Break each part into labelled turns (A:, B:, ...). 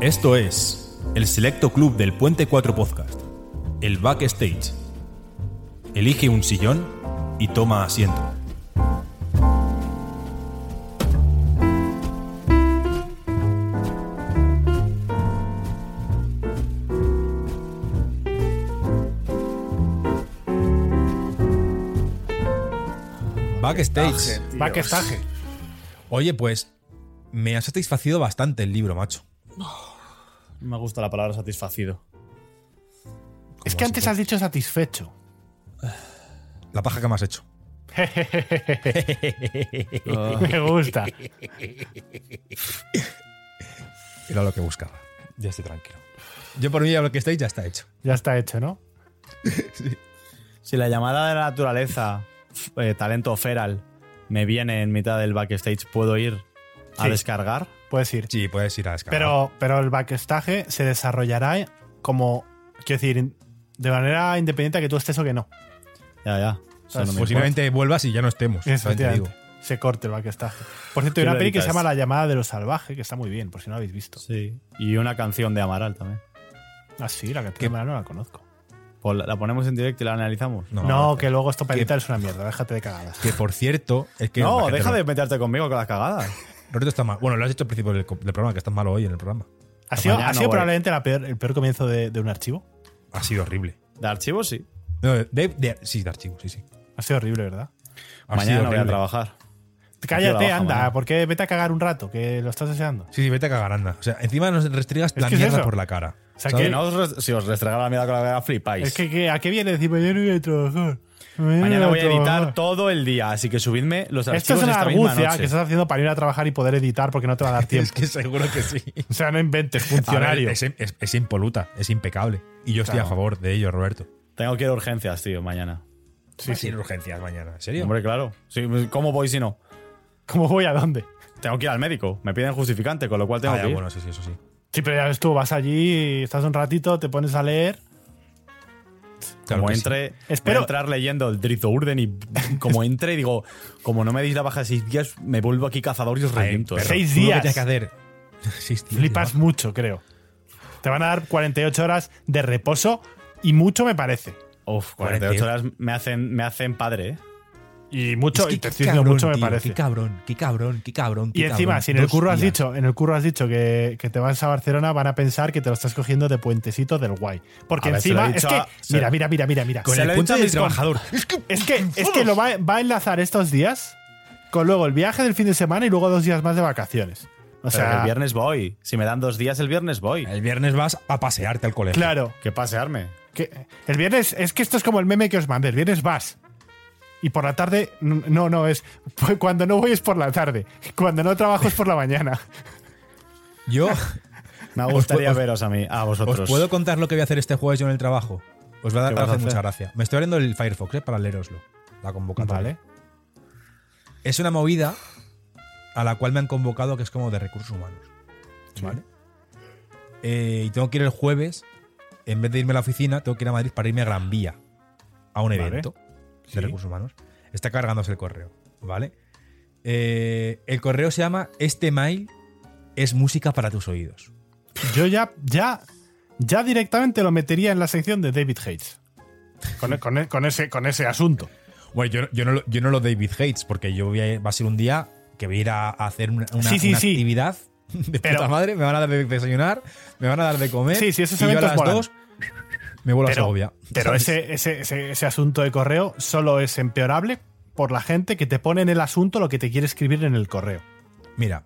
A: Esto es el Selecto Club del Puente 4 Podcast, el Backstage. Elige un sillón y toma asiento. Backstage.
B: Tíos.
C: Backstaje.
A: Oye, pues me ha satisfacido bastante el libro, macho.
B: No Me gusta la palabra satisfacido.
C: Es que
A: Como
C: antes
A: si
C: has dicho satisfecho.
A: La paja que me has hecho.
B: Ah.
C: Me gusta.
A: Era lo que buscaba. Ya estoy tranquilo. Yo por mí ya lo que estáis ya está hecho.
C: Ya está hecho, ¿no?
B: Si la llamada de la naturaleza, eh, talento feral, me viene en mitad del backstage, ¿puedo ir a
C: Sí.
B: descargar?
C: Puedes ir.
A: Sí, puedes ir a descargar.
C: Pero, pero el backstaje se desarrollará como, quiero decir, de manera independiente a que tú estés o que no.
B: Ya, ya. Eso no me
A: posiblemente Pues vuelvas y ya no estemos. también te digo.
C: Efectivamente. Se corte el backstaje. Por cierto, hay
B: Sí,
C: una
B: lo
C: peli que se
B: editas.
C: llama La llamada de lo salvaje, que está muy bien, por si no la habéis visto.
B: importa. Sí. Y una canción de Amaral también.
C: Ah, sí, la
A: ¿Qué?
C: canción no la conozco.
B: Pues la la ponemos en directo y la analizamos.
A: No,
C: No, que luego esto para editar es una mierda, déjate de cagadas.
A: Que por cierto, es que. la
B: No,
A: gente
B: deja
A: no-
B: de meterte conmigo con las cagadas.
A: Roberto está mal. Bueno, lo has hecho al principio del, co- del programa, que estás malo hoy en el programa.
C: Ha sido,
B: mañana
C: ha sido
B: voy.
C: probablemente la peor- el peor comienzo de, de un archivo.
A: Ha sido horrible.
B: De archivos, sí.
A: No, de, de- sí, de archivo, sí, sí.
C: Ha sido horrible, ¿verdad?
A: Ha
B: Mañana
A: sido
B: no voy a
A: horrible.
B: trabajar.
C: Cállate,
B: trabaja,
C: anda,
B: mañana.
C: porque vete a cagar un rato, que lo estás deseando.
A: Sí, sí, vete a cagar, anda. O sea, encima nos restriegas
C: Es
A: la
C: que es
A: mierda
C: eso.
A: por la cara.
C: O sea,
B: Que
C: que,
B: no os res- si os restregaba la mierda con la cagada, flipáis.
C: es que, que- ¿a qué viene decir mañana no voy a trabajar? no
B: Mañana voy a editar
C: trabajar"?
B: todo el día, así que subidme los
C: Esto
B: archivos
C: es una
B: esta misma
C: argucia
B: noche.
C: que estás haciendo para ir a trabajar y poder editar porque no te va a dar tiempo.
A: Es que seguro que sí.
C: O sea, no inventes,
A: A ver,
C: funcionario.
A: es, es- es impoluta, es impecable. Y yo estoy
C: Claro.
A: a favor de ello, Roberto.
B: Tengo que ir a urgencias, tío, mañana.
C: Sí, sí.
A: Sin urgencias mañana, ¿en serio?
B: Hombre, claro. Sí, pues, ¿Cómo voy si no?
C: ¿Cómo voy a dónde?
B: Tengo que ir al médico. Me piden justificante, con lo cual tengo
A: Ah,
B: que
A: ya,
B: ir.
A: bueno, sí, sí, eso sí.
C: Sí, pero ya ves tú, vas allí, estás un ratito, te pones a leer.
A: Claro
B: como
A: que sí.
B: entre,
C: Espero-
B: voy a entrar leyendo el Drizo Urden y como entre, digo, como no me deis la baja de seis días, me vuelvo aquí cazador y os
A: Ay,
B: reviento. eh.
A: perro,
C: Seis
A: tú lo
C: días.
A: que tienes que hacer. Seis días,
C: Flipas
A: ¿no?
C: mucho, creo. Te van a dar 48 horas de reposo y mucho me parece.
B: Uf, 48
A: 48.
B: horas me hacen, me hacen padre, ¿eh?
C: Y mucho,
A: Es que
C: y te
A: qué
C: estoy diciendo
A: cabrón,
C: mucho me
A: tío,
C: parece.
A: Qué cabrón, qué cabrón, qué cabrón.
C: Y
A: qué
C: encima,
A: cabrón.
C: si en el
A: Dos
C: curro has
A: días.
C: dicho, en el curro has dicho que, que te vas a Barcelona, van a pensar que te lo estás cogiendo de puentecito del guay. Porque
B: A ver, se lo
C: encima
B: he dicho
C: es
B: a-
C: que.
B: se-
C: Mira, mira, mira, mira, mira.
A: Con
B: Se
A: el
B: lo he
A: punto
B: dicho a
A: del
B: mis com-
A: trabajador. Es que
C: Es que, es que lo va, va a enlazar estos días con luego el viaje del fin de semana y luego dos días más de vacaciones. O
B: O sea, el
C: sea,
B: viernes voy. Si me dan dos días, el viernes voy.
A: el viernes vas a pasearte al colegio.
C: claro.
B: Que pasearme.
C: Que el viernes, es que esto es como el meme que os mandé. El viernes vas. Y por la tarde, n- no, no, es. Cuando no voy es por la tarde. Cuando no trabajo es por la mañana.
A: Yo
B: Me
A: Os
B: gustaría
A: pu- os-
B: veros a mí, a
A: os
B: vosotros.
A: puedo contar lo que voy a hacer este jueves yo en el trabajo. Os va a dar
B: ¿Qué vas a
A: hacer
B: hacer?
A: mucha gracia. Me estoy abriendo el Firefox eh, para leeroslo. La convocatoria.
C: Vale.
A: Es una movida a la cual me han convocado que es como de recursos humanos. ¿Vale? Eh, y tengo que ir el jueves, en vez de irme a la oficina, tengo que ir a Madrid para irme a Gran Vía, a un
C: Vale.
A: evento de
C: Sí.
A: recursos humanos. Está cargándose el correo, ¿vale? Eh, el correo se llama Este mail es música para tus oídos.
C: Yo ya, ya, ya directamente lo metería en la sección de David Hayes. Con, con- con ese, con ese asunto.
A: Bueno, yo, yo no, lo- yo no lo David Hates, porque yo voy a- va a ser un día que voy a ir a, a hacer una, una-
C: Sí, sí,
A: una
C: sí.
A: actividad de
C: Pero-
A: puta madre. Me van a dar de desayunar, me van a dar de comer.
C: Sí, sí, esos
A: y yo a
C: eventos
A: las
C: molan.
A: dos me vuelvo a
C: Pero,
A: Segovia.
C: pero
A: ¿sabes?
C: ese, ese, ese, ese asunto de correo solo es empeorable por la gente que te pone en el asunto lo que te quiere escribir en el correo.
A: Mira,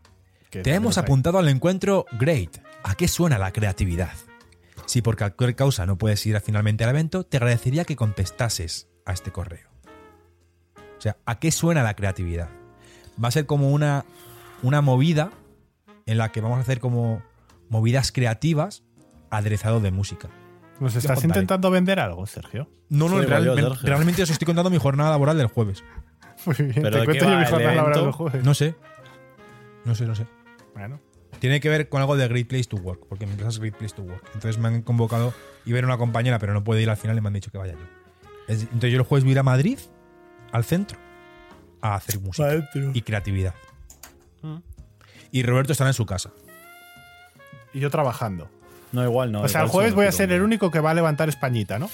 A: te
C: Que también
A: hemos
C: lo hay.
A: apuntado al encuentro Great. ¿A qué suena la creatividad? Si por cualquier causa no puedes ir finalmente al evento, te agradecería que contestases a este correo. O sea, ¿a qué suena la creatividad? Va a ser como una, una movida en la que vamos a hacer como movidas creativas aderezado de música.
C: ¿Nos
A: Yo
C: estás
A: contaré.
C: intentando vender algo, Sergio?
A: No, no,
B: Soy igual yo,
A: realmente,
B: Sergio.
A: realmente os estoy contando mi jornada laboral del jueves.
C: Muy bien,
B: ¿Pero de
C: te
B: qué
C: cuento
B: va
C: yo mi
B: el
C: jornada laboral
B: evento?
C: del jueves.
A: No sé. No sé, no sé.
C: Bueno,
A: Tiene que ver con algo de Great Place to Work, porque mi empresa es Great Place to Work. Entonces me han convocado y ver una compañera, pero no puede ir al final y me han dicho que vaya yo. Es- entonces yo el jueves voy a ir a Madrid, al centro, a hacer música y creatividad. Y Roberto estará en su casa.
C: y yo trabajando.
B: No, igual no.
C: o sea, el
B: igual
C: jueves
B: solo
C: voy a
B: pico
C: ser
B: uno.
C: el único que va a levantar españita, ¿no?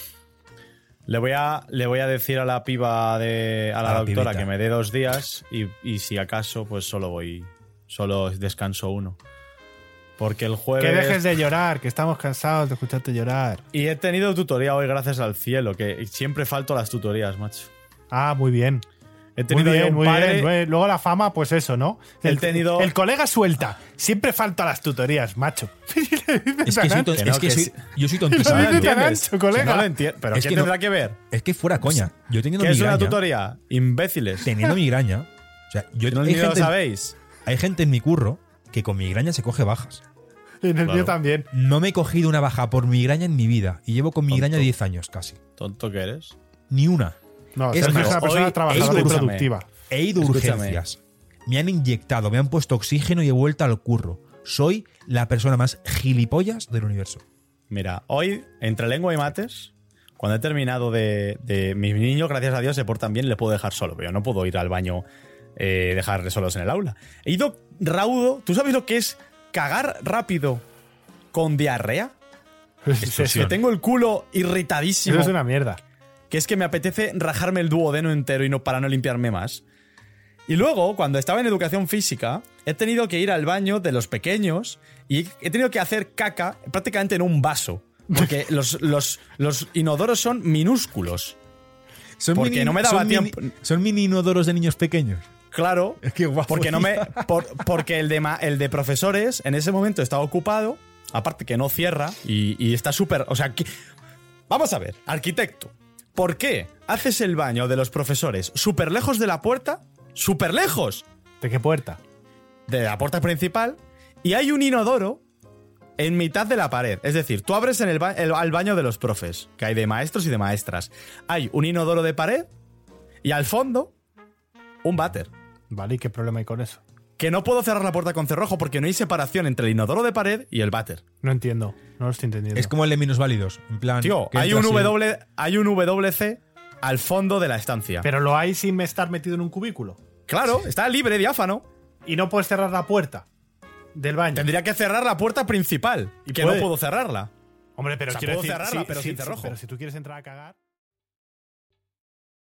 B: Le voy a, le voy a decir a la piba de. a la,
A: A la
B: doctora
A: pibita.
B: que me dé dos días y, y si acaso, pues solo voy. Solo descanso uno. Porque el jueves.
C: Que dejes de llorar, que estamos cansados de escucharte llorar.
B: Y he tenido tutoría hoy, gracias al cielo, que siempre falto a las tutorías, macho.
C: Ah, muy bien.
B: He
C: Muy
B: tenido ya
C: bien,
B: un
C: muy
B: padre.
C: bien. Eh, Luego la fama, pues eso, ¿no?
B: He tenido-
C: el colega suelta. Siempre falta las tutorías, macho.
A: Es que, soy ton-
B: Que no,
A: es que
B: que
A: soy-
B: sí.
A: yo soy tontísimo.
C: Lo
B: No lo
C: dice tan
B: Ah, entiendes.
C: ancho, colega.
B: Si no lo entiendes. Pero
A: Es
B: ¿qué
A: que no-
B: tendrá que ver?
A: Es que fuera coña. Yo teniendo
B: ¿Qué es una
A: migraña.
B: tutoría? Imbéciles.
A: Teniendo migraña. O sea, yo,
B: No
A: hay,
B: ni lo
A: gente,
B: sabéis.
A: hay gente en mi curro que con migraña se coge bajas.
C: Y en el
B: Claro.
C: mío también.
A: No me he cogido una baja por migraña en mi vida. Y llevo con migraña
B: Tonto.
A: 10 años casi.
B: Tonto que eres.
A: Ni una.
C: No,
A: Es
C: Sergio
A: más,
C: es una persona
B: hoy-
C: trabajadora y
A: escúchame.
C: productiva.
A: He ido a
B: Escúchame.
A: urgencias. Me han inyectado, me han puesto oxígeno y he vuelto al curro. Soy la persona más gilipollas del universo.
B: Mira, hoy, entre lengua y mates, cuando he terminado de, de- Mis niños, gracias a Dios, se portan bien, le puedo dejar solo, pero yo no puedo ir al baño, eh, dejarles solos en el aula. He ido raudo. ¿Tú sabes lo que es cagar rápido con diarrea?
C: Es
B: Que tengo el culo irritadísimo.
C: es una mierda.
B: que es que me apetece rajarme el duodeno entero y no para no limpiarme más. Y luego, cuando estaba en educación física, he tenido que ir al baño de los pequeños y he tenido que hacer caca prácticamente en un vaso. Porque los, los, los inodoros son minúsculos.
A: Son
B: Porque no me daba
A: son mini-
B: tiempo.
A: son mini inodoros de niños pequeños.
B: Claro,
A: Es que guapo,
B: porque, no me,
A: tío.
B: por- porque el, de ma- el de profesores en ese momento estaba ocupado, aparte que no cierra y, y está súper... O sea, que- vamos a ver, arquitecto, ¿por qué haces el baño de los profesores súper lejos de la puerta? ¡Súper lejos!
C: ¿De qué puerta?
B: de la puerta principal y hay un inodoro en mitad de la pared. Es decir, tú abres en el ba- el- al baño de los profes, que hay de maestros y de maestras. Hay un inodoro de pared y al fondo un váter.
C: Vale, ¿y qué problema hay con eso?
B: Que no puedo cerrar la puerta con cerrojo porque no hay separación entre el inodoro de pared y el váter.
C: No entiendo. No lo estoy entendiendo.
A: Es como el de minusválidos. En plan.
B: Tío,
A: que
B: hay un,
A: entras y-
B: w, hay un WC al fondo de la estancia.
C: Pero lo hay sin estar metido en un cubículo.
B: claro, está libre, diáfano.
C: Y no puedes cerrar la puerta del baño.
B: Tendría que cerrar la puerta principal,
C: Y
B: que
C: puede.
B: no puedo cerrarla.
C: Hombre, pero
B: O sea,
C: quiero
B: puedo
C: decir,
B: cerrarla,
C: sí,
B: pero
C: sí,
B: sin
C: sí,
B: cerrojo.
C: Pero si tú quieres entrar a cagar.